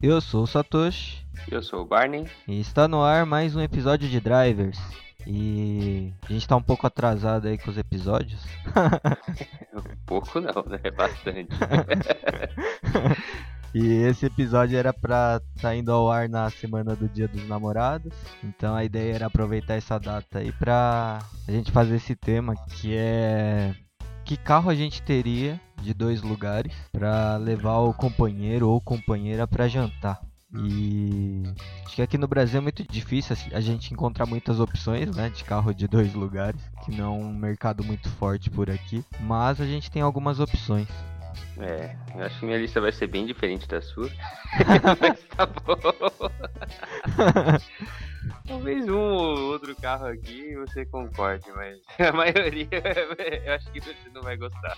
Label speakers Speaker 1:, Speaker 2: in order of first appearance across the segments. Speaker 1: Eu sou o Satoshi
Speaker 2: Eu sou o Barney.
Speaker 1: e está no ar mais um episódio de Drivers. E a gente tá um pouco atrasado aí com os episódios.
Speaker 2: Pouco não, né? Bastante.
Speaker 1: E esse episódio era pra tá indo ao ar na semana do Dia dos Namorados. Então a ideia era aproveitar essa data aí pra a gente fazer esse tema que é que carro a gente teria de dois lugares pra levar o companheiro ou companheira pra jantar. E acho que aqui no Brasil é muito difícil assim, a gente encontrar muitas opções, né, de carro de dois lugares, que não é um mercado muito forte por aqui, mas a gente tem algumas opções.
Speaker 2: É, eu acho que minha lista vai ser bem diferente da sua. Mas tá bom. Talvez um ou outro carro aqui você concorde, mas a maioria eu acho que você não vai gostar.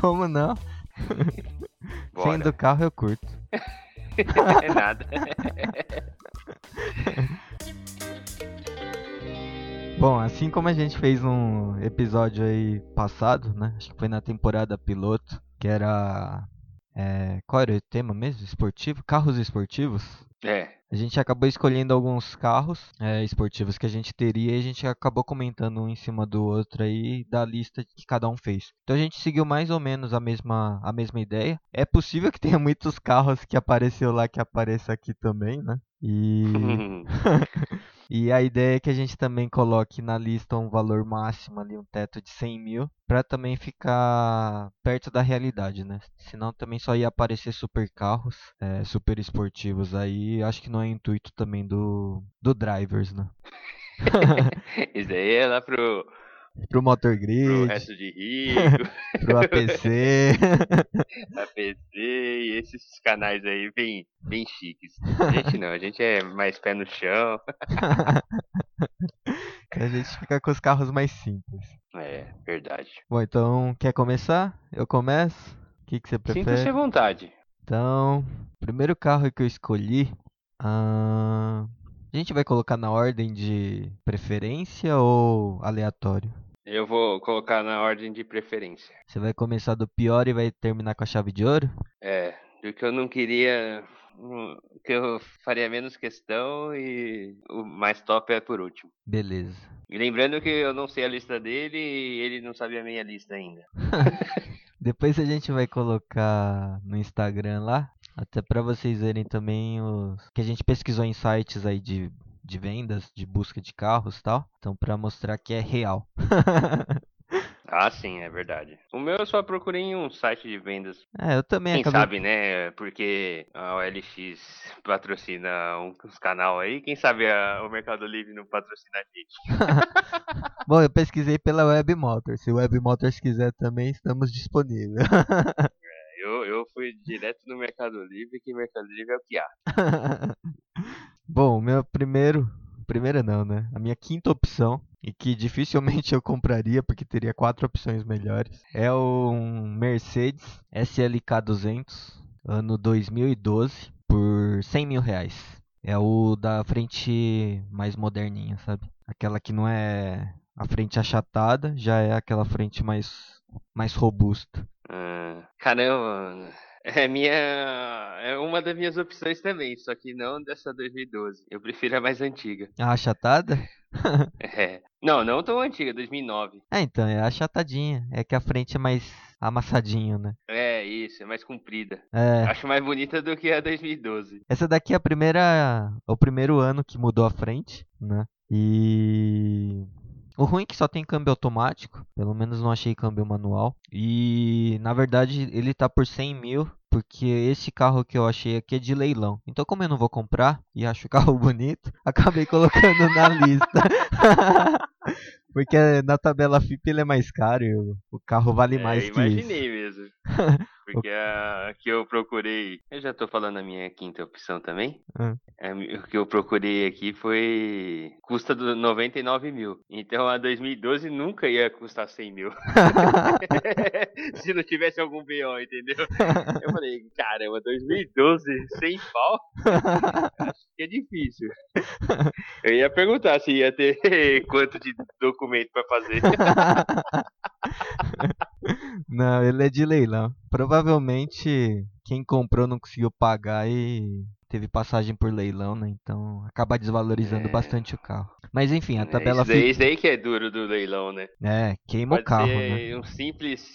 Speaker 1: Como não? Sendo
Speaker 2: Bora.
Speaker 1: carro eu curto.
Speaker 2: É nada.
Speaker 1: Bom, assim como a gente fez num episódio aí passado, né? Acho que foi na temporada piloto, que era. é, qual era o tema mesmo? Esportivo? Carros esportivos?
Speaker 2: É,
Speaker 1: A gente acabou escolhendo alguns carros é, esportivos que a gente teria e a gente acabou comentando um em cima do outro aí da lista que cada um fez. Então a gente seguiu mais ou menos a mesma, a mesma ideia. É possível que tenha muitos carros que apareceu lá que apareça aqui também, né? E. E a ideia é que a gente também coloque na lista um valor máximo ali, um teto de 100 mil, pra também ficar perto da realidade, né? Senão também só ia aparecer super carros, é, super esportivos aí, acho que não é intuito também do, do Drivers, né?
Speaker 2: isso daí é lá pro,
Speaker 1: Pro Motor
Speaker 2: pro
Speaker 1: Grid,
Speaker 2: resto de rico,
Speaker 1: pro APC,
Speaker 2: APC e esses canais aí bem, bem chiques. A gente não, a gente é mais pé no chão.
Speaker 1: a gente fica com os carros mais simples.
Speaker 2: É, verdade.
Speaker 1: Bom, então, quer começar? Eu começo? O que, que você prefere?
Speaker 2: Sinta-se à vontade.
Speaker 1: Então, primeiro carro que eu escolhi. ahn, a gente vai colocar na ordem de preferência ou aleatório?
Speaker 2: Eu vou colocar na ordem de preferência.
Speaker 1: Você vai começar do pior e vai terminar com a chave de ouro?
Speaker 2: É, do que eu não queria, hum, que eu faria menos questão e o mais top é por último.
Speaker 1: Beleza.
Speaker 2: E lembrando que eu não sei a lista dele e ele não sabe a minha lista ainda.
Speaker 1: Depois a gente vai colocar no Instagram lá, até pra vocês verem também os que a gente pesquisou em sites aí de, de vendas, de busca de carros, e tal. Então pra mostrar que é real.
Speaker 2: Ah, sim, é verdade. O meu eu só procurei em um site de vendas.
Speaker 1: É, eu também
Speaker 2: Quem
Speaker 1: acabei
Speaker 2: sabe, né? Porque a OLX patrocina um- uns canal aí. Quem sabe a- o Mercado Livre não patrocina a gente.
Speaker 1: Bom, eu pesquisei pela Web Motors. Se o Web Motors quiser também, estamos disponíveis.
Speaker 2: Eu, eu fui direto no Mercado Livre, que Mercado Livre é o que há.
Speaker 1: Bom, meu primeiro. Primeiro não, né? A minha quinta opção, e que dificilmente eu compraria, porque teria quatro opções melhores, é um Mercedes SLK 200, ano 2012, por 100 mil reais. É o da frente mais moderninha, sabe? Aquela que não é a frente achatada, já é aquela frente mais, mais robusta.
Speaker 2: Ah, caramba, é minha. É uma das minhas opções também, só que não dessa 2012. Eu prefiro a mais antiga.
Speaker 1: A achatada?
Speaker 2: É. Não, não tão antiga, 2009.
Speaker 1: Ah, então, é achatadinha. É que a frente é mais amassadinho, né?
Speaker 2: É isso, é mais comprida.
Speaker 1: É.
Speaker 2: Acho mais bonita do que a 2012.
Speaker 1: Essa daqui é a primeira. é o primeiro ano que mudou a frente, né? E. O ruim é que só tem câmbio automático. Pelo menos não achei câmbio manual. E na verdade ele tá por 100 mil. Porque esse carro que eu achei aqui é de leilão. Então, como eu não vou comprar e acho o carro bonito, acabei colocando na lista. porque na tabela FIP ele é mais caro e o- o carro vale mais
Speaker 2: é,
Speaker 1: que isso.
Speaker 2: imaginei mesmo. Porque a que eu procurei. Eu já tô falando a minha quinta opção também.
Speaker 1: Hum.
Speaker 2: É, o que eu procurei aqui foi. Custa do 99 mil. Então a 2012 nunca ia custar 100 mil. Se não tivesse algum BO, entendeu? Eu falei, caramba, 2012 sem pau? Acho que é difícil. Eu ia perguntar se ia ter quanto de documento pra fazer.
Speaker 1: Não, ele é de leilão. Provavelmente quem comprou não conseguiu pagar e teve passagem por leilão, né? Então acaba desvalorizando
Speaker 2: É.
Speaker 1: bastante o carro. Mas enfim, a
Speaker 2: É,
Speaker 1: tabela
Speaker 2: isso, daí,
Speaker 1: fica.
Speaker 2: isso daí que é duro do leilão, né?
Speaker 1: É, queima o
Speaker 2: Pode
Speaker 1: carro, né?
Speaker 2: ser um simples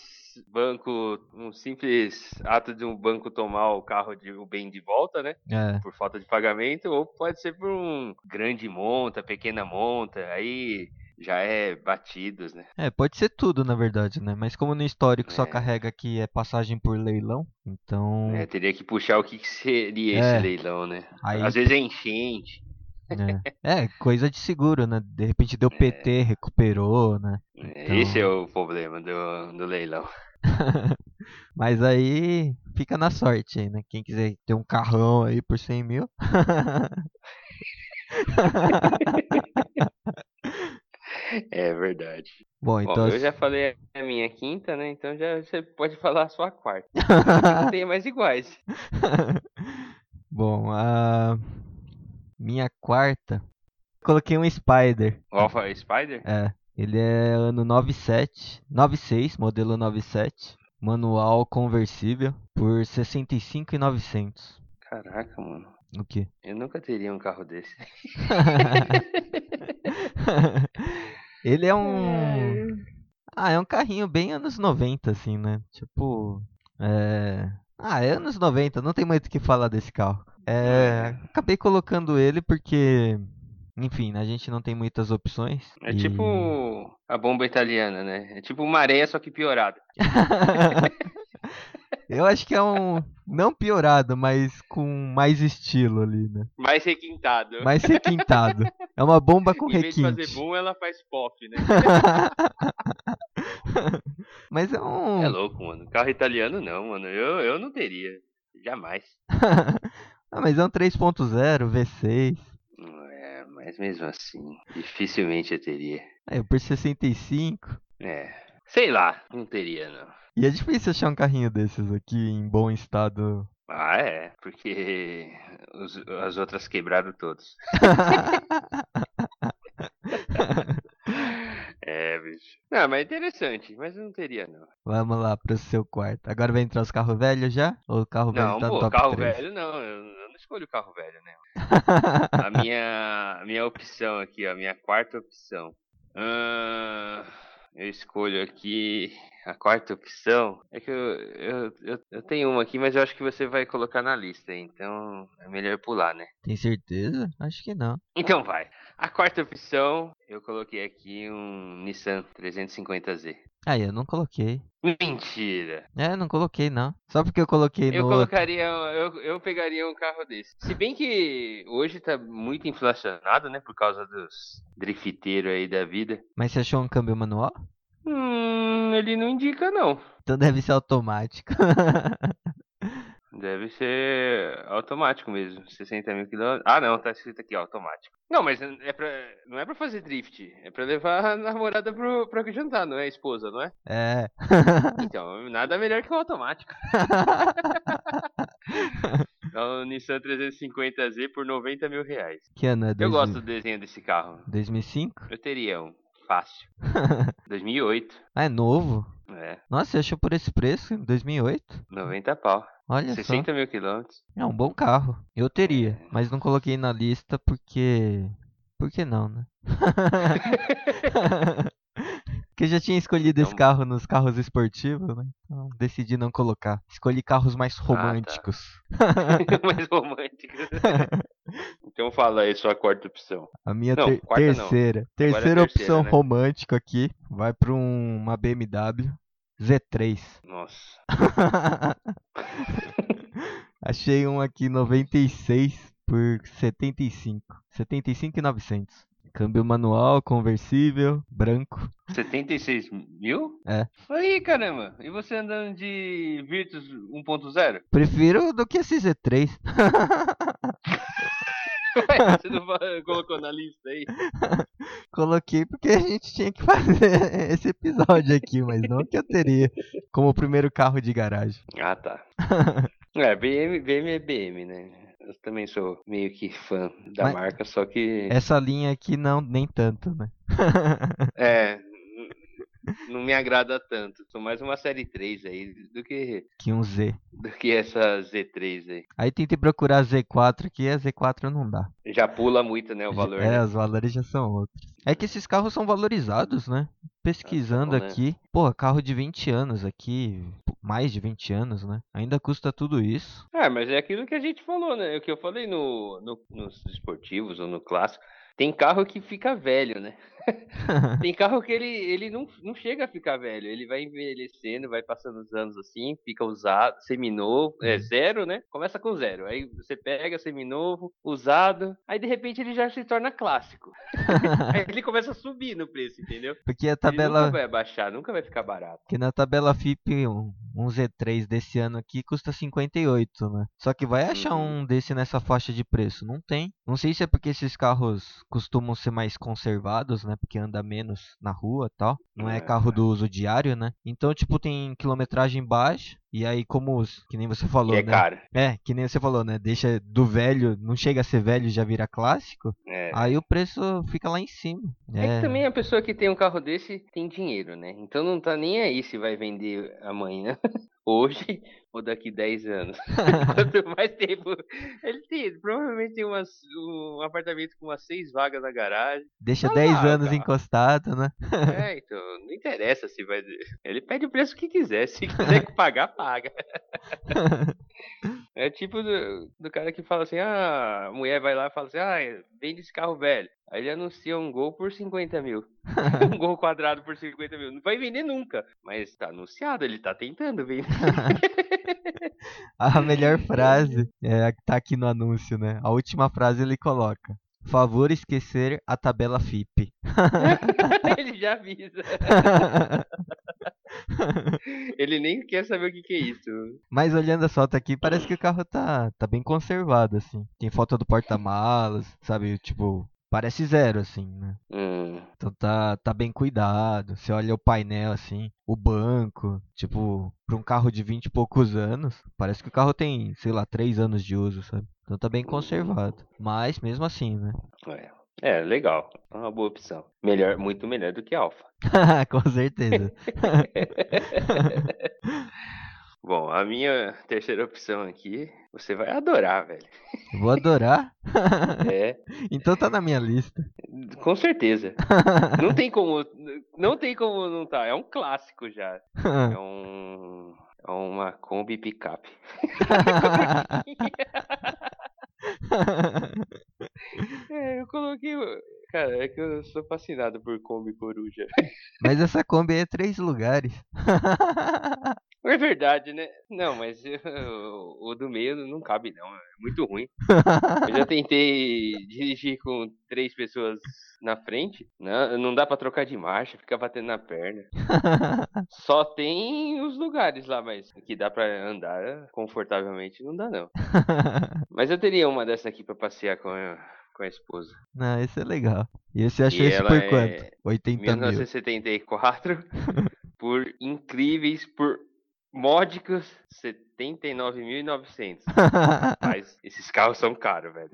Speaker 2: banco, um simples ato de um banco tomar o carro de o bem de volta, né?
Speaker 1: É.
Speaker 2: Por falta de pagamento, ou pode ser por um grande monta, pequena monta, aí já é batidos, né?
Speaker 1: É, pode ser tudo, na verdade, né? Mas como no histórico só
Speaker 2: É.
Speaker 1: carrega que é passagem por leilão, então.
Speaker 2: É, teria que puxar o que, que
Speaker 1: É.
Speaker 2: seria esse leilão, né?
Speaker 1: Aí,
Speaker 2: Às vezes é enchente.
Speaker 1: é. É, coisa de seguro, né? De repente
Speaker 2: É.
Speaker 1: deu PT, recuperou, né? Então-
Speaker 2: Esse é o problema do, do leilão.
Speaker 1: Mas aí fica na sorte aí, né? Quem quiser ter um carrão aí por 100 mil.
Speaker 2: É verdade.
Speaker 1: Bom,
Speaker 2: Bom,
Speaker 1: então.
Speaker 2: eu já falei a minha quinta, né? Então já você pode falar a sua quarta. Não tem mais iguais.
Speaker 1: Bom, a minha quarta. Coloquei um Spider.
Speaker 2: O Alpha Spider?
Speaker 1: É, ele é ano 97, 96, modelo 97, manual conversível por 65,900.
Speaker 2: Caraca, mano.
Speaker 1: O quê?
Speaker 2: Eu nunca teria um carro desse.
Speaker 1: ele é um Ah, é um carrinho bem anos 90, assim, né? Tipo. É. Ah, é anos 90, não tem muito o que falar desse carro.
Speaker 2: Uhum.
Speaker 1: É. Acabei colocando ele porque. Enfim, né, a gente não tem muitas opções.
Speaker 2: É
Speaker 1: e-
Speaker 2: tipo a bomba italiana, né? É tipo uma areia, só que piorada.
Speaker 1: Eu acho que é um. Não piorado, mas com mais estilo ali, né?
Speaker 2: Mais requintado.
Speaker 1: Mais requintado. É uma bomba com
Speaker 2: em vez de fazer
Speaker 1: requinte.
Speaker 2: boom, ela faz pop, né?
Speaker 1: Mas é um.
Speaker 2: É louco, mano. Carro italiano não, mano. Eu, eu não teria. Jamais.
Speaker 1: Ah, mas é um 3.0 V6.
Speaker 2: É, mas mesmo assim, dificilmente eu teria.
Speaker 1: É, por 65.
Speaker 2: É. Sei lá, não teria, não.
Speaker 1: E é difícil achar um carrinho desses aqui em bom estado.
Speaker 2: Ah, é, porque os- as outras quebraram todos. É, bicho. Não, mas é interessante, mas eu não teria, não.
Speaker 1: Vamos lá pro seu quarto. Agora vai entrar os carros velhos já? Ou o carro velho
Speaker 2: Não,
Speaker 1: tá no
Speaker 2: pô,
Speaker 1: top
Speaker 2: carro
Speaker 1: 3?
Speaker 2: velho não, eu, eu não escolho carro velho, né? A minha, a minha opção aqui, ó, a minha quarta opção. Ahn, eu escolho aqui a quarta opção. É que eu, eu, eu, eu tenho uma aqui, mas eu acho que você vai colocar na lista, então é melhor pular, né?
Speaker 1: Tem certeza? Acho que não.
Speaker 2: Então vai. A quarta opção, eu coloquei aqui um Nissan 350Z.
Speaker 1: Aí, eu não coloquei.
Speaker 2: Mentira!
Speaker 1: É, não coloquei não. Só porque eu coloquei
Speaker 2: Eu
Speaker 1: no
Speaker 2: colocaria, eu, eu pegaria um carro desse. Se bem que hoje tá muito inflacionado, né? Por causa dos drifteiros aí da vida.
Speaker 1: outro. Mas você achou um câmbio manual?
Speaker 2: Hum, ele não indica, não.
Speaker 1: Então deve ser automático.
Speaker 2: Deve ser automático mesmo. 60 mil quilômetros. Ah, não, tá escrito aqui, ó, automático. Não, mas é pra, não é pra fazer drift. É pra levar a namorada pro, pra jantar, não é? A esposa, não é?
Speaker 1: é.
Speaker 2: Então, nada melhor que o automático. É um Nissan 350Z por 90 mil reais.
Speaker 1: que ano é?
Speaker 2: Eu
Speaker 1: Dois-
Speaker 2: gosto do desenho desse carro.
Speaker 1: 2005?
Speaker 2: Eu teria um. Fácil. 2008.
Speaker 1: ah, é novo?
Speaker 2: É,
Speaker 1: Nossa, você achou por esse preço em 2008?
Speaker 2: 90 pau.
Speaker 1: Olha só.
Speaker 2: 60 mil quilômetros.
Speaker 1: É um bom carro. Eu teria,
Speaker 2: É.
Speaker 1: mas não coloquei na lista porque. Por que não, né? Porque eu já tinha escolhido esse
Speaker 2: Então-
Speaker 1: carro nos carros esportivos, né? Então decidi não colocar. Escolhi carros mais
Speaker 2: Ah, tá.
Speaker 1: românticos.
Speaker 2: Mais romântico. então fala aí sua quarta opção.
Speaker 1: A minha
Speaker 2: Não,
Speaker 1: ter-
Speaker 2: quarta não.
Speaker 1: terceira.
Speaker 2: é
Speaker 1: Terceira
Speaker 2: terceira,
Speaker 1: opção
Speaker 2: né?
Speaker 1: romântico aqui. Vai pra um- uma BMW Z3.
Speaker 2: Nossa.
Speaker 1: Achei um aqui 96 por 75. 75,900. Câmbio manual, conversível, branco.
Speaker 2: 76 mil?
Speaker 1: É.
Speaker 2: Aí, caramba. E você andando de Virtus 1.0?
Speaker 1: Prefiro do que esse Z3.
Speaker 2: Ué, você não fa- colocou na lista aí?
Speaker 1: Coloquei porque a gente tinha que fazer esse episódio aqui, mas não que eu teria como primeiro carro de garagem.
Speaker 2: Ah, tá. É, BM, BM é BM, né? Eu também sou meio que fã da
Speaker 1: Mas-
Speaker 2: marca, só que.
Speaker 1: Essa linha aqui não, nem tanto, né?
Speaker 2: É. não me agrada tanto. Sou mais uma série 3 aí do que,
Speaker 1: Que um Z.
Speaker 2: do que essa Z3 aí.
Speaker 1: Aí tentei procurar Z4 aqui, a Z4 não dá.
Speaker 2: Já pula muito, né, o valor.
Speaker 1: É,
Speaker 2: né?
Speaker 1: os valores já são outros. É que esses carros são valorizados, né? Pesquisando
Speaker 2: Ah, são, né?
Speaker 1: aqui, pô, carro de 20 anos aqui, pô, mais de 20 anos, né? Ainda custa tudo isso.
Speaker 2: É, mas é aquilo que a gente falou, né? O que eu falei no, no- nos esportivos ou no clássico. Tem carro que fica velho, né? Tem carro que ele, ele não, não chega a ficar velho. Ele vai envelhecendo, vai passando os anos assim, fica usado, seminovo, é
Speaker 1: Uhum.
Speaker 2: zero, né? Começa com zero. Aí você pega seminovo, usado, aí de repente ele já se torna clássico. aí ele começa a subir no preço, entendeu?
Speaker 1: Porque a
Speaker 2: Ele nunca
Speaker 1: tabela,
Speaker 2: vai baixar, nunca vai ficar barato.
Speaker 1: que na tabela FIP, um, um Z3 desse ano aqui custa 58, né? Só que vai achar
Speaker 2: Uhum.
Speaker 1: um desse nessa faixa de preço, não tem. Não sei se é porque esses carros costumam ser mais conservados, né? Porque anda menos na rua, e tal. Não é
Speaker 2: É.
Speaker 1: carro do uso diário, né? Então, tipo, tem quilometragem baixa e aí como os, que nem você falou,
Speaker 2: E é
Speaker 1: né?
Speaker 2: caro.
Speaker 1: É, que nem você falou, né? Deixa do velho, não chega a ser velho e já vira clássico.
Speaker 2: É.
Speaker 1: Aí o preço fica lá em cima.
Speaker 2: É que também a pessoa que tem um carro desse tem dinheiro, né? Então não tá nem aí se vai vender amanhã, hoje ou daqui 10 anos. Quanto mais tempo. Ele tem, provavelmente tem umas, um apartamento com umas 6 vagas na garagem.
Speaker 1: Deixa
Speaker 2: tá
Speaker 1: 10
Speaker 2: lá,
Speaker 1: anos
Speaker 2: cara.
Speaker 1: encostado, né?
Speaker 2: É, então não interessa se vai. Ele pede o preço que quiser. Se quiser pagar, paga. É tipo do, do cara que fala assim: ah, a mulher vai lá e fala assim: ah, vende esse carro velho. Aí ele anuncia um gol por 50 mil. um gol quadrado por 50 mil. Não vai vender nunca. Mas tá anunciado, ele tá tentando vender.
Speaker 1: A melhor frase é a que tá aqui no anúncio, né? A última frase ele coloca: Favor esquecer a tabela FIP.
Speaker 2: ele já avisa. Ele nem quer saber o que, que é isso.
Speaker 1: Mas olhando a foto aqui, parece que o carro tá, tá bem conservado, assim. Tem foto do porta-malas, sabe? Tipo, parece zero, assim, né?
Speaker 2: Hum.
Speaker 1: Então tá, tá bem cuidado. Você olha o painel assim, o banco. Tipo, pra um carro de 20 e poucos anos, parece que o carro tem, sei lá, 3 anos de uso, sabe? Então tá bem conservado. Mas mesmo assim, né?
Speaker 2: É. É, legal. É uma boa opção. Melhor, muito melhor do que Alfa.
Speaker 1: Com certeza.
Speaker 2: Bom, a minha terceira opção aqui, você vai adorar, velho.
Speaker 1: Vou adorar.
Speaker 2: É,
Speaker 1: Então tá na minha lista.
Speaker 2: com certeza. Não tem como, não tem como não tá. É um clássico já. É um, é uma Kombi picape. É, eu coloquei, cara, é que eu sou fascinado por Kombi coruja.
Speaker 1: Mas essa Kombi aí é três lugares.
Speaker 2: É verdade, né? Não, mas eu- o do meio não cabe não, é muito ruim. Eu já tentei dirigir com três pessoas na frente. né? Não, não dá pra trocar de marcha, fica batendo na perna. Só tem os lugares lá, mas que dá pra andar confortavelmente, não dá não. Mas eu teria uma dessa aqui pra passear com a, com a esposa.
Speaker 1: Não, esse é legal. E esse achou
Speaker 2: E
Speaker 1: esse
Speaker 2: ela
Speaker 1: por
Speaker 2: é
Speaker 1: quanto? 80 mil.
Speaker 2: 1974, por incríveis, por módicos, 79.900. Mas esses carros são caros, velho.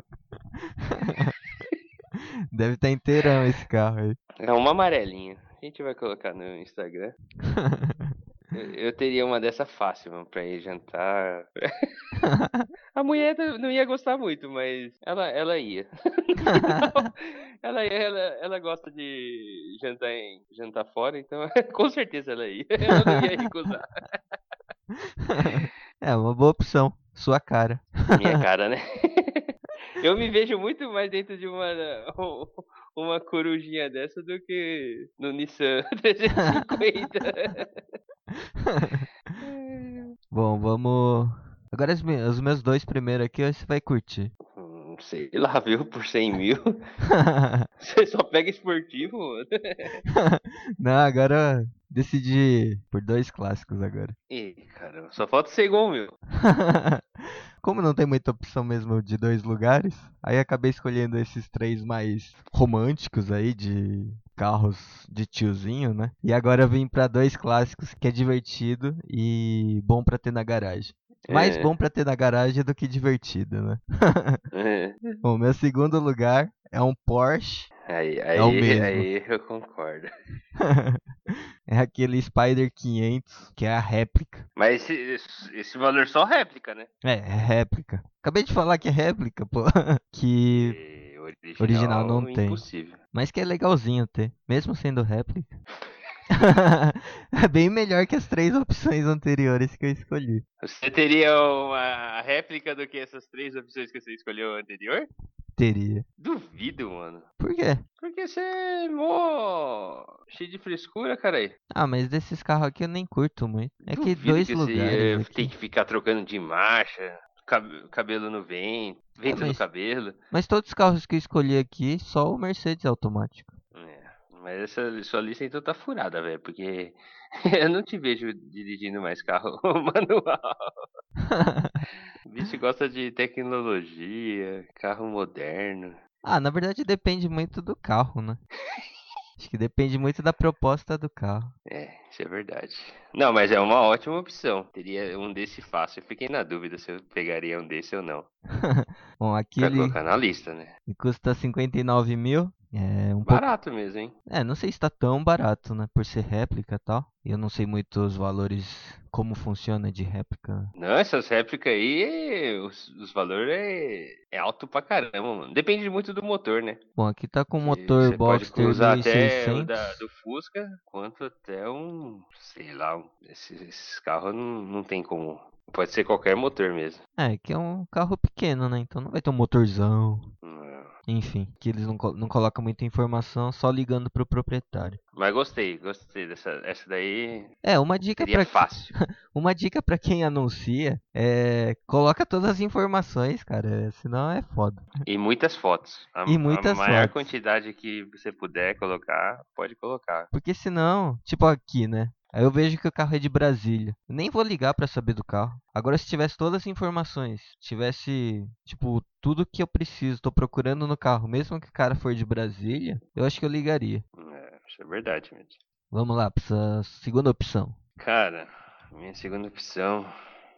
Speaker 1: Deve estar inteirão esse carro aí.
Speaker 2: É uma amarelinha. A gente vai colocar no Instagram. Eu, eu teria uma dessa fácil, mano, pra ir jantar. A mulher tá- não ia gostar muito, mas ela, ela ia. Ela, ia, ela, ela gosta de jantar, em, jantar fora, então com certeza ela ia. Ela não ia recusar.
Speaker 1: é uma boa opção. Sua cara.
Speaker 2: Minha cara, né? Eu me vejo muito mais dentro de uma, uma corujinha dessa do que no Nissan 350.
Speaker 1: Bom, vamos. Agora os me- os meus dois primeiros aqui, você vai curtir.
Speaker 2: Hum, Sei lá, viu? Por 100 mil. Você só pega esportivo, mano.
Speaker 1: Não, agora decidi por dois clássicos agora.
Speaker 2: Ih, caramba, só falta ser gol, meu.
Speaker 1: Como não tem muita opção mesmo de dois lugares, aí acabei escolhendo esses três mais românticos aí de carros de tiozinho, né? E agora eu vim pra dois clássicos que é divertido e bom pra ter na garagem. Mais
Speaker 2: É.
Speaker 1: bom pra ter na garagem do que divertido, né?
Speaker 2: É.
Speaker 1: Bom, meu segundo lugar é um Porsche
Speaker 2: Aí, aí,
Speaker 1: o mesmo.
Speaker 2: aí eu concordo.
Speaker 1: É aquele Spider 500, que é a réplica.
Speaker 2: Mas esse, esse- esse valor só réplica, né?
Speaker 1: É, é réplica. Acabei de falar que é réplica, pô. Que.
Speaker 2: E
Speaker 1: Original não tem.
Speaker 2: Impossível.
Speaker 1: Mas que é legalzinho ter, mesmo sendo réplica. é bem melhor que as três opções anteriores que eu escolhi.
Speaker 2: Você teria uma réplica do que essas três opções que você escolheu anterior?
Speaker 1: Teria.
Speaker 2: Duvido, mano.
Speaker 1: Por quê?
Speaker 2: Porque você é mó cheio de frescura, cara aí.
Speaker 1: Ah, mas desses carros aqui eu nem curto muito. É que
Speaker 2: Duvido
Speaker 1: dois
Speaker 2: que é você ia
Speaker 1: lugares.
Speaker 2: Tem
Speaker 1: aqui.
Speaker 2: que ficar trocando de marcha, cab- cabelo no vento, vento no
Speaker 1: Ah, mas-
Speaker 2: cabelo.
Speaker 1: Mas todos os carros que eu escolhi aqui, só o Mercedes é automático.
Speaker 2: É, Mas essa sua lista então tá furada, velho, porque eu não te vejo dirigindo mais carro manual. O bicho gosta de tecnologia, carro moderno.
Speaker 1: Ah, na verdade depende muito do carro, né? Acho que depende muito da proposta do carro.
Speaker 2: É, isso é verdade. Não, mas é uma ótima opção. Teria um desse fácil. Eu fiquei na dúvida se eu pegaria um desse ou não.
Speaker 1: Bom, aqui
Speaker 2: Pra
Speaker 1: ele
Speaker 2: colocar na lista, né?
Speaker 1: custa 59 mil. É um pouco.
Speaker 2: Barato mesmo, hein?
Speaker 1: É, não sei se tá tão barato, né? Por ser réplica e tal. Eu não sei muito os valores, como funciona de réplica.
Speaker 2: Não, essas réplicas aí, os, os valores é, é alto pra caramba, mano. Depende muito do motor, né?
Speaker 1: Bom, aqui tá com
Speaker 2: Você-
Speaker 1: motor
Speaker 2: você pode
Speaker 1: Boxster
Speaker 2: cruzar até o
Speaker 1: 1600.
Speaker 2: da, do Fusca, quanto até um, sei lá, um- esses, esses carros não, não tem como. Pode ser qualquer motor mesmo.
Speaker 1: É, que é um carro pequeno, né? Então não vai ter um motorzão.
Speaker 2: Não.
Speaker 1: Enfim, que eles não, co- não colocam muita informação, só ligando pro proprietário.
Speaker 2: Mas gostei, gostei dessa essa daí.
Speaker 1: É, uma dica
Speaker 2: Seria
Speaker 1: para
Speaker 2: fácil.
Speaker 1: uma dica para quem anuncia é coloca todas as informações, cara, é, senão é foda.
Speaker 2: E muitas fotos. A,
Speaker 1: E muitas
Speaker 2: a maior
Speaker 1: fotos.
Speaker 2: quantidade que você puder colocar, pode colocar.
Speaker 1: Porque senão, tipo aqui, né? Aí eu vejo que o carro é de Brasília. Eu nem vou ligar pra saber do carro. Agora se tivesse todas as informações, tivesse, tipo, tudo que eu preciso, tô procurando no carro, mesmo que o cara for de Brasília, eu acho que eu ligaria.
Speaker 2: É, isso é verdade mesmo.
Speaker 1: Vamos lá, pra segunda opção.
Speaker 2: Cara, minha segunda opção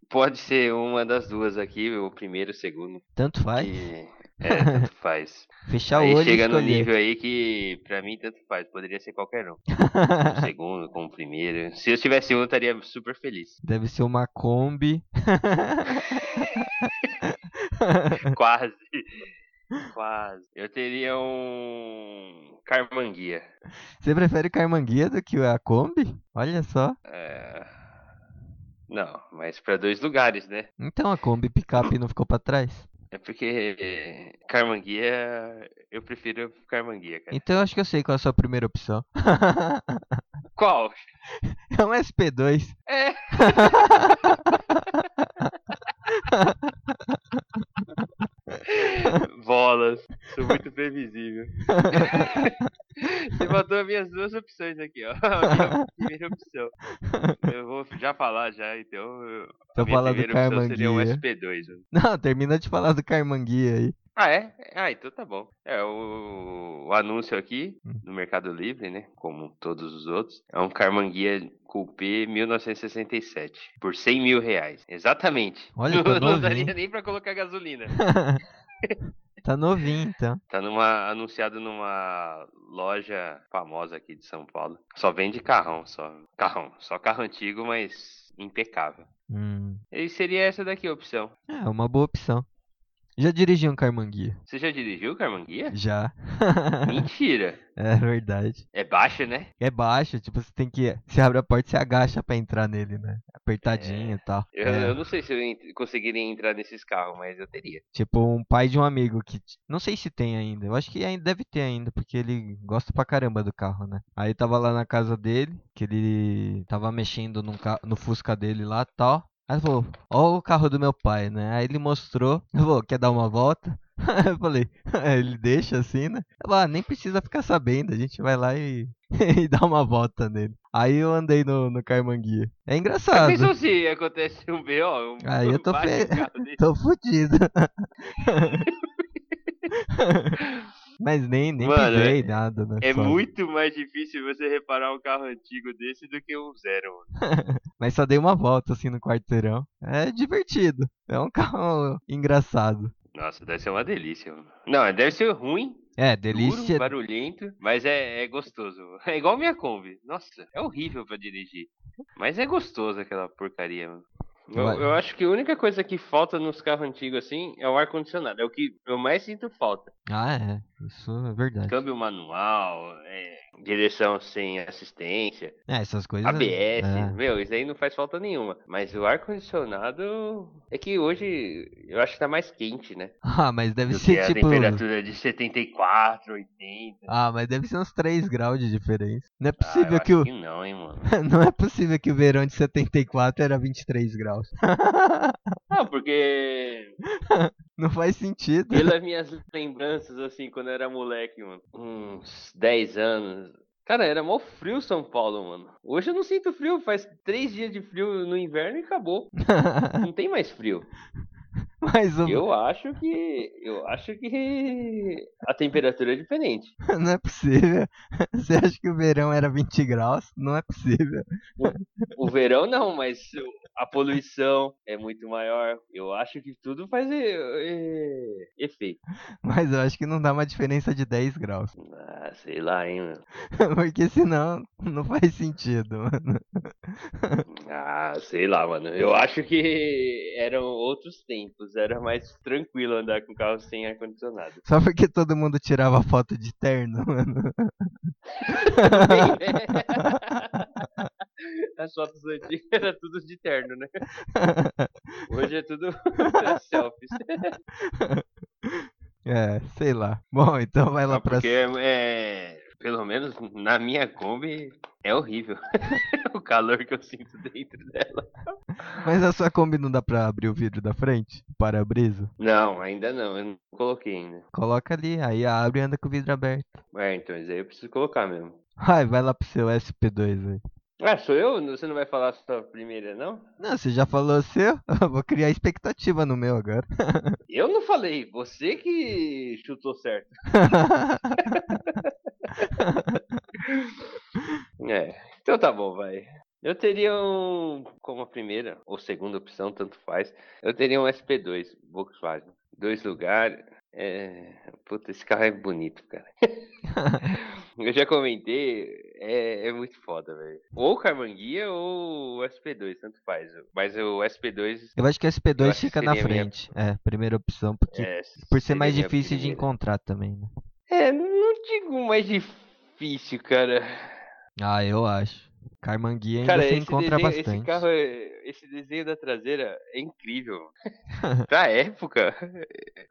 Speaker 2: pode ser uma das duas aqui, o primeiro, o segundo,
Speaker 1: Tanto faz.
Speaker 2: que é, tanto faz.
Speaker 1: Fechar
Speaker 2: aí
Speaker 1: o Tá olho e
Speaker 2: chega no
Speaker 1: escolher.
Speaker 2: nível aí que pra mim tanto faz, poderia ser qualquer um. O segundo, como o primeiro. Se eu tivesse um, eu estaria super feliz.
Speaker 1: Deve ser uma Kombi.
Speaker 2: Quase. Quase. Eu teria um Carmanguia.
Speaker 1: Você prefere Carmanguia do que a Kombi? Olha só.
Speaker 2: É, Não, mas pra dois lugares, né?
Speaker 1: Então a Kombi picape não ficou pra trás?
Speaker 2: É porque Carmanguia, eu prefiro Carmanguia, cara.
Speaker 1: Então eu acho que eu sei qual é a sua primeira opção.
Speaker 2: Qual?
Speaker 1: É um SP2.
Speaker 2: É. Bolas. Sou muito previsível. Você matou as minhas duas opções aqui, ó. A minha primeira opção. Eu vou já falar já, então. eu-
Speaker 1: Se
Speaker 2: a
Speaker 1: eu
Speaker 2: minha
Speaker 1: falar do
Speaker 2: primeira opção seria um
Speaker 1: Carmanguia.
Speaker 2: SP2. né?
Speaker 1: Não, termina de falar do Carmanguia aí.
Speaker 2: Ah, é? Ah, então tá bom. É, o, o anúncio aqui
Speaker 1: Hum.
Speaker 2: no Mercado Livre, né? Como todos os outros. É um Carmanguia Coupé 1967. Por 100 mil reais. Exatamente.
Speaker 1: Olha, tá
Speaker 2: não, não
Speaker 1: novinho,
Speaker 2: daria
Speaker 1: hein?
Speaker 2: nem pra colocar gasolina.
Speaker 1: Tá novinho então.
Speaker 2: Tá numa, anunciado numa loja famosa aqui de São Paulo. Só vende carrão, só. Carrão. Só carro antigo, mas impecável.
Speaker 1: Hum,
Speaker 2: E seria essa daqui a opção.
Speaker 1: é uma boa opção. Já dirigi um Carmanguia?
Speaker 2: Você já dirigiu Carmanguia?
Speaker 1: Já.
Speaker 2: Mentira.
Speaker 1: é verdade.
Speaker 2: É baixo, né?
Speaker 1: É baixo, tipo, você tem que. Você abre a porta e se agacha pra entrar nele, né? Apertadinho e tal.
Speaker 2: É. Eu,
Speaker 1: É.
Speaker 2: eu não sei se eu ent- conseguiria entrar nesses carros, mas eu teria.
Speaker 1: Tipo, um pai de um amigo que. t- Não sei se tem ainda. Eu acho que ainda deve ter ainda, porque ele gosta pra caramba do carro, né? Aí tava lá na casa dele, que ele tava mexendo num ca... no Fusca dele lá e tal. Aí ele falou, ó o carro do meu pai, né? Aí ele mostrou, eu falou, quer dar uma volta? eu falei, ele deixa assim, né? Eu falei, ah, nem precisa ficar sabendo, a gente vai lá e, e dá uma volta nele. Aí eu andei no, no Carmanguia. É
Speaker 2: Já
Speaker 1: engraçado.
Speaker 2: pensou se acontece um B.O.? Um,
Speaker 1: Aí eu tô
Speaker 2: bate
Speaker 1: fe-
Speaker 2: o carro dele?
Speaker 1: Tô fudido. Mas nem, nem
Speaker 2: Mano,
Speaker 1: pisei nada, né?
Speaker 2: É
Speaker 1: só.
Speaker 2: muito mais difícil você reparar um carro antigo desse do que um zero, mano.
Speaker 1: Mas só dei uma volta assim no quarteirão. É divertido. É um carro engraçado.
Speaker 2: Nossa, deve ser uma delícia, mano. Não, deve ser ruim
Speaker 1: É, delícia.
Speaker 2: Duro, barulhento, mas é, é gostoso. É igual minha Kombi. Nossa, é horrível pra dirigir. Mas é gostoso aquela porcaria, mano. Eu,
Speaker 1: Vai.
Speaker 2: eu acho que a única coisa que falta nos carros antigos assim é o ar-condicionado. É o que eu mais sinto falta.
Speaker 1: Ah, é. Isso é verdade.
Speaker 2: Câmbio manual, é, direção sem assistência,
Speaker 1: É, essas coisas.
Speaker 2: ABS.
Speaker 1: é.
Speaker 2: Meu, isso aí não faz falta nenhuma. Mas o ar-condicionado. É que hoje eu acho que tá mais quente, né?
Speaker 1: Ah, mas deve
Speaker 2: Do que
Speaker 1: ser
Speaker 2: a
Speaker 1: tipo.
Speaker 2: temperatura de 74, 80.
Speaker 1: Ah, mas deve ser uns 3 graus de diferença. Não é
Speaker 2: Ah, eu
Speaker 1: possível
Speaker 2: acho
Speaker 1: que o.
Speaker 2: que não, hein, mano.
Speaker 1: Não é possível que o verão de 74 era 23 graus.
Speaker 2: Não, porque
Speaker 1: Não faz sentido.
Speaker 2: pelas minhas lembranças, assim, quando eu era moleque, mano, uns 10 anos. Cara, era mó frio São Paulo, mano. Hoje eu não sinto frio, faz três dias de frio no inverno e acabou. Não tem mais frio.
Speaker 1: Mas o...
Speaker 2: Eu acho que. Eu acho que a temperatura é diferente.
Speaker 1: não é possível. Você acha que o verão era 20 graus? Não é possível.
Speaker 2: O verão não, mas o- a poluição é muito maior. Eu acho que tudo faz e- e- efeito.
Speaker 1: Mas eu acho que não dá uma diferença de 10 graus.
Speaker 2: Ah, sei lá, hein, mano.
Speaker 1: Porque senão não faz sentido, mano.
Speaker 2: Ah, sei lá, mano. Eu acho que eram outros tempos. Era mais tranquilo andar com carro sem ar-condicionado.
Speaker 1: Só porque todo mundo tirava foto de terno, mano.
Speaker 2: As fotos antigas era tudo de terno, né? Hoje é tudo selfies.
Speaker 1: É, sei lá. Bom, então vai lá
Speaker 2: Ah,
Speaker 1: pra.
Speaker 2: porque é, pelo menos na minha Kombi é horrível o calor que eu sinto dentro dela.
Speaker 1: Mas a sua Kombi não dá pra abrir o vidro da frente? O Para-brisa?
Speaker 2: Não, ainda não, eu não coloquei ainda.
Speaker 1: Coloca ali, aí abre e anda com o vidro aberto.
Speaker 2: É, então isso aí eu preciso colocar mesmo.
Speaker 1: Ai, vai lá pro seu SP2 aí.
Speaker 2: Ah, sou eu? Você não vai falar a sua primeira, não?
Speaker 1: Não, você já falou o seu? Eu vou criar expectativa no meu agora.
Speaker 2: Eu não falei, você que chutou certo. É, então tá bom, vai. Eu teria um, como a primeira ou segunda opção, tanto faz, eu teria um SP2 Volkswagen. Dois lugares. É... Puta, esse carro é bonito, cara. eu já comentei, é, é muito foda, velho. Ou Carmanguia ou o SP2, tanto faz. Mas o SP2
Speaker 1: Eu acho que o SP2
Speaker 2: Eu acho que
Speaker 1: fica na
Speaker 2: seria a minha-
Speaker 1: frente. É, primeira opção, porque
Speaker 2: é.
Speaker 1: por ser mais
Speaker 2: seria a
Speaker 1: difícil de
Speaker 2: primeira.
Speaker 1: encontrar também, né?
Speaker 2: É, não digo mais difícil, cara.
Speaker 1: Ah, eu acho. Carmanguia ainda
Speaker 2: Cara,
Speaker 1: você
Speaker 2: esse,
Speaker 1: encontra
Speaker 2: desenho,
Speaker 1: bastante.
Speaker 2: esse carro, é- esse desenho da traseira é incrível. pra época,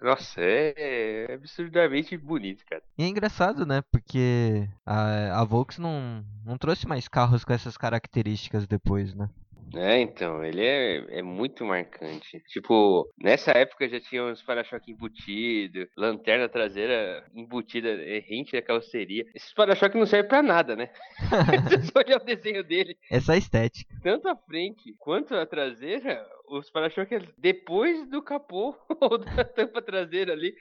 Speaker 2: nossa, é, é absurdamente bonito, cara.
Speaker 1: E é engraçado, né? Porque a, a Volks não, não trouxe mais carros com essas características depois, né?
Speaker 2: É, então, ele é, é muito marcante. Tipo, nessa época já tinha uns para-choque embutido, lanterna traseira embutida, é, rente à carroceria. Esses para-choque não servem pra nada, né? Se você olhar o desenho dele,
Speaker 1: Essa É estética.
Speaker 2: tanto a frente quanto a traseira, os para-choques é depois do capô ou da tampa traseira ali,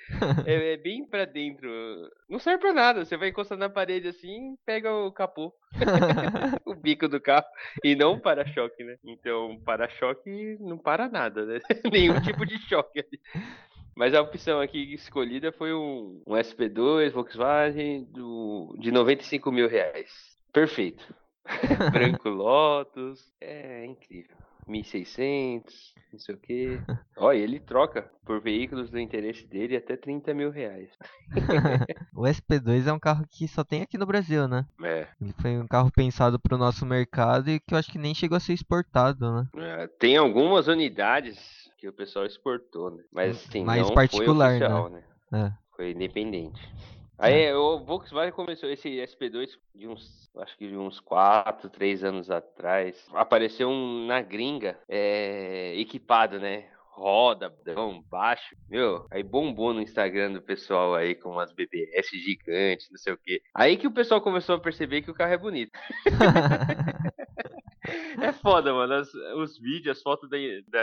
Speaker 2: é, é bem pra dentro. Não serve pra nada, você vai encostar na parede assim, pega o capô, o bico do carro e não o para-choque, né? Então, o para-choque não para nada, né? Nenhum tipo de choque ali. Mas a opção aqui escolhida foi um, um SP2 Volkswagen do, de 95 mil reais. Perfeito. Branco Lotus. É incrível. 1600, não sei o que. Olha, ele troca por veículos do interesse dele até 30 mil reais.
Speaker 1: o SP2 é um carro que só tem aqui no Brasil, né?
Speaker 2: É,
Speaker 1: Ele foi um carro pensado pro nosso mercado e que eu acho que nem chegou a ser exportado, né?
Speaker 2: é, tem algumas unidades que o pessoal exportou, né? Mas assim,
Speaker 1: Hum, Mais
Speaker 2: não
Speaker 1: particular,
Speaker 2: foi oficial, né?
Speaker 1: É.
Speaker 2: Foi independente. Aí o Volkswagen começou esse SP2 de uns, acho que de uns 4, 3 anos atrás. Apareceu um na gringa, é, equipado, né? Roda, botão, baixo, meu. Aí bombou no Instagram do pessoal aí com umas BBS gigantes, não sei o quê. Aí que o pessoal começou a perceber que o carro é bonito. É foda, mano. as- os vídeos, as fotos da, da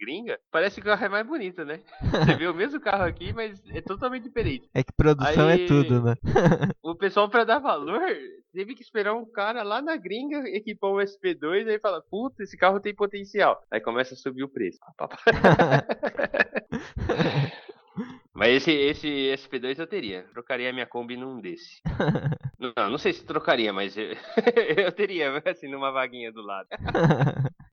Speaker 2: gringa, parece que o carro é mais bonito, né? Você vê o mesmo carro aqui, mas é totalmente diferente.
Speaker 1: é que produção é
Speaker 2: Aí-
Speaker 1: tudo, né?
Speaker 2: O pessoal, pra dar valor, teve que esperar um cara lá na gringa equipar um SP2 e fala, puta, esse carro tem potencial. Aí começa a subir o preço. Mas esse, esse SP2 eu teria. Trocaria minha Kombi num desse. não, não sei se trocaria, mas eu, eu teria, assim, numa vaguinha do lado.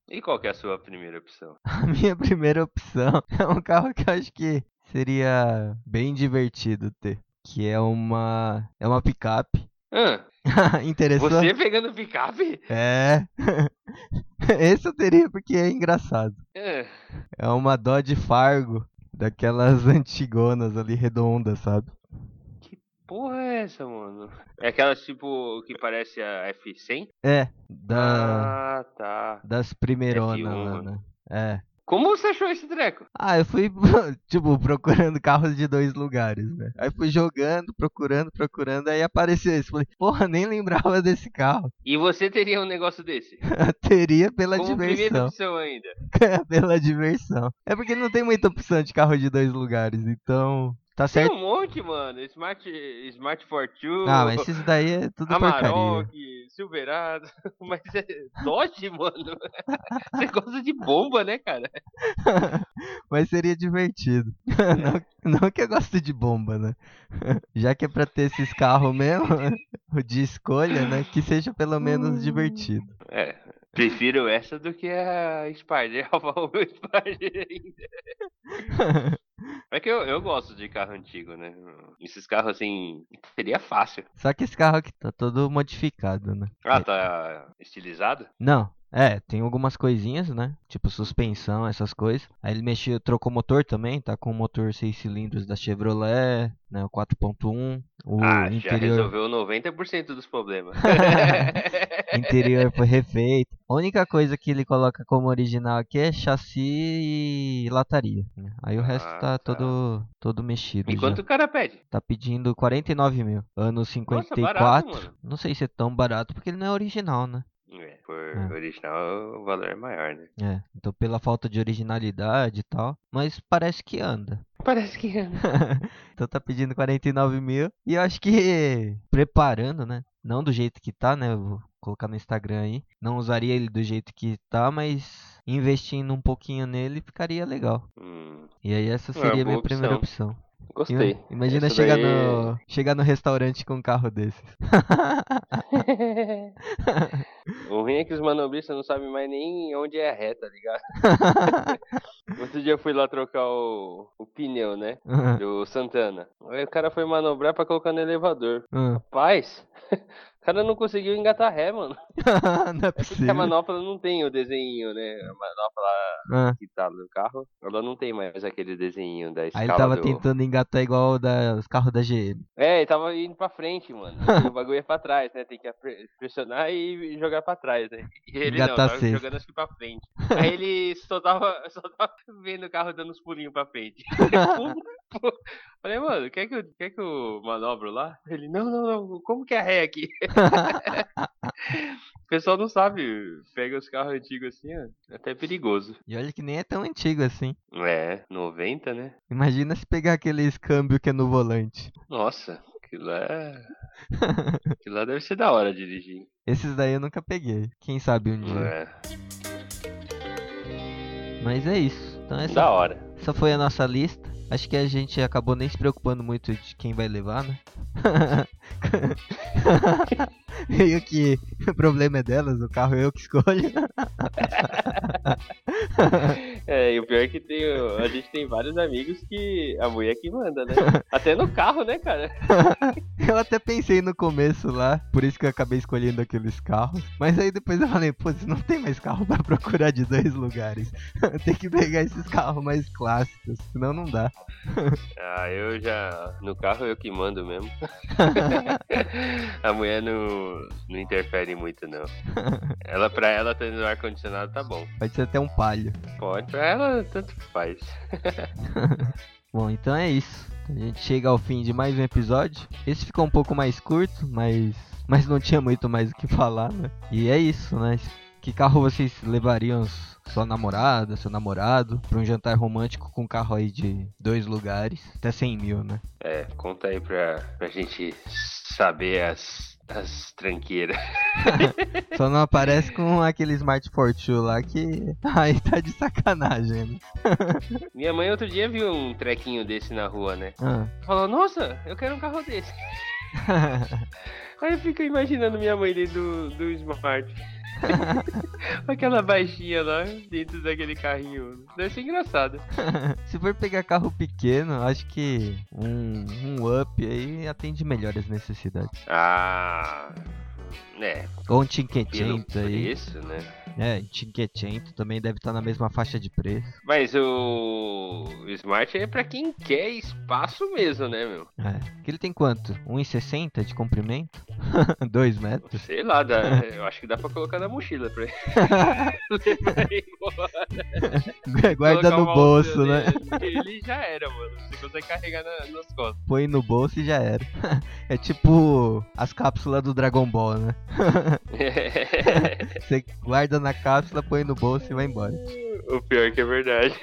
Speaker 2: E qual que é a sua primeira opção?
Speaker 1: A minha primeira opção é um carro que eu acho que seria bem divertido ter. Que é uma. É uma picape.
Speaker 2: Hã?
Speaker 1: Interessou?
Speaker 2: você pegando picape?
Speaker 1: É. Esse eu teria porque é engraçado.
Speaker 2: Hã?
Speaker 1: É uma Dodge Fargo. Daquelas antigonas ali, redondas, sabe?
Speaker 2: Porra é essa, mano? É aquela tipo que parece a F100?
Speaker 1: É, da,
Speaker 2: Ah, tá.
Speaker 1: das primeironas
Speaker 2: F1,
Speaker 1: lá, né? É.
Speaker 2: Como você achou esse treco?
Speaker 1: Ah, eu fui, tipo, procurando carros de dois lugares, né? Aí fui jogando, procurando, procurando, aí apareceu esse. Falei, porra, nem lembrava desse carro.
Speaker 2: E você teria um negócio desse?
Speaker 1: Eu teria pela
Speaker 2: Como primeira
Speaker 1: diversão.
Speaker 2: opção ainda.
Speaker 1: pela diversão. É porque não tem muita opção de carro de dois lugares, então. Tá
Speaker 2: Tem
Speaker 1: certo?
Speaker 2: um monte, mano. Smart, Smart Fortune,
Speaker 1: Ah, mas isso daí é tudo porcaria.
Speaker 2: Amarok, Silverado. Mas é Dodge, mano. Você gosta de bomba, né, cara?
Speaker 1: Mas seria divertido. Não, não que eu gosto de bomba, né? Já que é pra ter esses carros mesmo, de escolha, né? Que seja pelo menos divertido.
Speaker 2: É. Prefiro essa do que a Spider, salvar o meu Spider ainda. É que eu, eu gosto de carro antigo, né? Esses carros assim, seria fácil.
Speaker 1: Só que esse carro aqui tá todo modificado, né?
Speaker 2: Ah, tá estilizado?
Speaker 1: Não. É, tem algumas coisinhas, né? Tipo suspensão, essas coisas. Aí ele mexeu, trocou motor também, tá com o motor 6 cilindros da Chevrolet, né? O 4.1. O
Speaker 2: ah, já
Speaker 1: interior,
Speaker 2: resolveu 90% dos problemas.
Speaker 1: interior foi refeito. A única coisa que ele coloca como original aqui é chassi e lataria. né? Aí o resto
Speaker 2: Ah,
Speaker 1: tá,
Speaker 2: tá.
Speaker 1: todo todo mexido.
Speaker 2: e
Speaker 1: já.
Speaker 2: quanto o cara pede?
Speaker 1: Tá pedindo 49 mil. Ano
Speaker 2: barato,
Speaker 1: 54.
Speaker 2: mano.
Speaker 1: não sei se é tão barato, porque ele não é original, né?
Speaker 2: É, por
Speaker 1: Ah.
Speaker 2: original o valor é maior, né?
Speaker 1: É, então pela falta de originalidade e tal. Mas parece que anda.
Speaker 2: Parece que é.
Speaker 1: Então tá pedindo 49 mil. E eu acho que preparando, né? Não do jeito que tá, né? Eu vou colocar no Instagram aí. Não usaria ele do jeito que tá, mas investindo um pouquinho nele ficaria legal.
Speaker 2: Hum,
Speaker 1: E aí essa
Speaker 2: É uma
Speaker 1: seria a minha
Speaker 2: boa
Speaker 1: primeira opção. Ima-
Speaker 2: gostei.
Speaker 1: Imagina
Speaker 2: Essa
Speaker 1: chegar
Speaker 2: daí-
Speaker 1: no chegar no restaurante com um carro desses.
Speaker 2: O ruim é que os manobristas não sabem mais nem onde é a reta, tá ligado? Outro dia eu fui lá trocar o, o pneu, né?
Speaker 1: Ah,
Speaker 2: Do Santana. Aí o cara foi manobrar pra colocar no elevador.
Speaker 1: ah,
Speaker 2: Paz, o cara não conseguiu engatar ré, mano.
Speaker 1: não é
Speaker 2: Porque a
Speaker 1: possível.
Speaker 2: manopla não tem o desenho, né? A manopla
Speaker 1: Ah.
Speaker 2: que tá no carro, ela não tem mais aquele desenho da escala
Speaker 1: Aí ele tava
Speaker 2: do...
Speaker 1: tentando engatar igual o da- os carros da GM.
Speaker 2: É, ele tava indo pra frente, mano. E o bagulho é pra trás, né? Tem que apre- pressionar e jogar pra trás, né? E ele não,
Speaker 1: Engatar
Speaker 2: tava
Speaker 1: sexta.
Speaker 2: jogando acho que pra frente. Aí ele só tava, só tava vendo o carro dando uns pulinhos pra frente. Pum, pum. Falei, mano, quer que, eu, quer que eu manobro lá? Ele, não, não, não, como que é ré aqui? o pessoal não sabe, pega os carros antigos assim, ó, é até perigoso.
Speaker 1: E olha que nem é tão antigo assim.
Speaker 2: É, 90, né?
Speaker 1: Imagina se pegar aqueles câmbio que é no volante.
Speaker 2: Nossa, aquilo é. aquilo lá deve ser da hora dirigir.
Speaker 1: Esses daí eu nunca peguei. Quem sabe um dia.
Speaker 2: É.
Speaker 1: Mas é isso. Então essa,
Speaker 2: Da hora.
Speaker 1: essa foi a nossa lista. Acho que a gente acabou nem se preocupando muito de quem vai levar, né? Meio que o problema é delas, o carro eu que escolho.
Speaker 2: É, e o pior é que tem, o- a gente tem vários amigos que a mulher que manda, né? Até no carro, né, cara?
Speaker 1: Eu até pensei no começo lá, por isso que eu acabei escolhendo aqueles carros. Mas aí depois eu falei, pô, você não tem mais carro pra procurar de dois lugares. tem que pegar esses carros mais clássicos, senão não dá.
Speaker 2: Ah, eu já. No carro eu que mando mesmo. a mulher não, não interfere muito, não. Ela, pra ela, tendo ar-condicionado tá bom.
Speaker 1: Pode ser até um palho.
Speaker 2: Pode, pra ela, tanto faz.
Speaker 1: Bom, então é isso. A gente chega ao fim de mais um episódio. Esse ficou um pouco mais curto, mas, mas não tinha muito mais o que falar, né? E é isso, né? Que carro vocês levariam s- sua namorada, seu namorado, pra um jantar romântico com um carro aí de dois lugares? Até 100 mil, né?
Speaker 2: É, conta aí pra, pra gente saber as, As tranqueiras.
Speaker 1: Só não aparece com aquele Smart Fortune lá que aí tá de sacanagem. Né?
Speaker 2: Minha mãe outro dia viu um trequinho desse na rua, né?
Speaker 1: Ah.
Speaker 2: Falou, nossa, eu quero um carro desse. Aí eu fico imaginando minha mãe dentro do, do Smart. Aquela baixinha lá dentro daquele carrinho. Deve ser engraçado.
Speaker 1: Se for pegar carro pequeno, acho que um, um up aí atende melhor as necessidades.
Speaker 2: Ah. É,
Speaker 1: Ou um
Speaker 2: pelo
Speaker 1: 500 aí.
Speaker 2: preço, né?
Speaker 1: É, 500 também deve estar na mesma faixa de preço.
Speaker 2: Mas o Smart é pra quem quer espaço mesmo, né, meu?
Speaker 1: É. Que ele tem quanto? 1,60 de comprimento? 2 metros?
Speaker 2: Sei lá, dá, eu acho que dá pra colocar na mochila pra ele. Levar ele embora,
Speaker 1: Guarda
Speaker 2: colocar
Speaker 1: no
Speaker 2: uma
Speaker 1: bolso,
Speaker 2: altura
Speaker 1: né?
Speaker 2: dele. Ele já era, mano. Você consegue carregar na- nas costas.
Speaker 1: Põe no bolso e já era. É tipo as cápsulas do Dragon Ball, né? Você guarda na cápsula, põe no bolso e vai embora.
Speaker 2: o pior é que é verdade.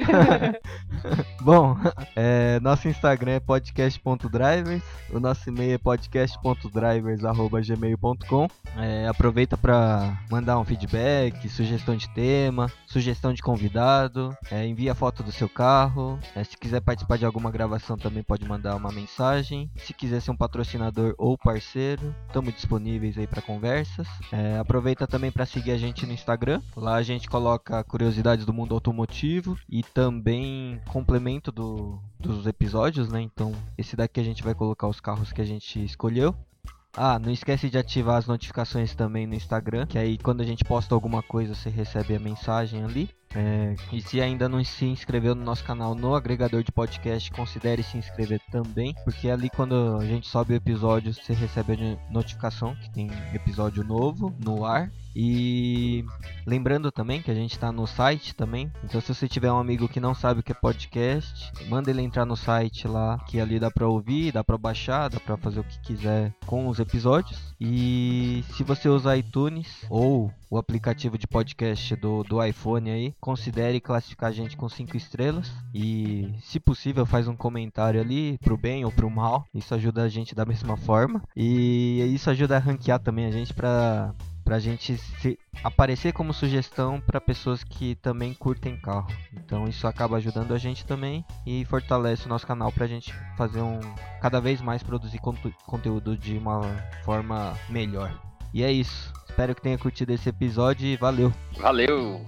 Speaker 1: Bom, é, nosso Instagram é podcast.drivers, o nosso e-mail é podcast.drivers.gmail.com. É, aproveita para mandar um feedback, sugestão de tema, sugestão de convidado, é, envia foto do seu carro. É, se quiser participar de alguma gravação também pode mandar uma mensagem. Se quiser ser um patrocinador ou parceiro, estamos disponíveis aí para conversas. É, aproveita também para seguir a gente no Instagram. Lá a gente coloca curiosidades do mundo automotivo e também complemento do- dos episódios, né? Então, esse daqui a gente vai colocar os carros que a gente escolheu. Ah, não esquece de ativar as notificações também no Instagram, que aí quando a gente posta alguma coisa você recebe a mensagem ali. É, e se ainda não se inscreveu no nosso canal no agregador de podcast, considere se inscrever também, porque ali quando a gente sobe o episódio você recebe a no- notificação que tem episódio novo no ar. E Lembrando também que a gente está no site também. Então, se você tiver um amigo que não sabe o que é podcast, manda ele entrar no site lá, que ali dá pra ouvir, dá pra baixar, dá pra fazer o que quiser com os episódios. E se você usar iTunes ou o aplicativo de podcast do, do iPhone aí, considere classificar a gente com 5 estrelas. E, se possível, faz um comentário ali, pro bem ou pro mal. Isso ajuda a gente da mesma forma. E isso ajuda a ranquear também a gente pra, pra gente se, aparecer como sugestão para pessoas que também curtem carro. Então isso acaba ajudando a gente também e fortalece o nosso canal para a gente fazer um cada vez mais produzir contu- conteúdo de uma forma melhor. E é isso. Espero que tenha curtido esse episódio e valeu.
Speaker 2: Valeu!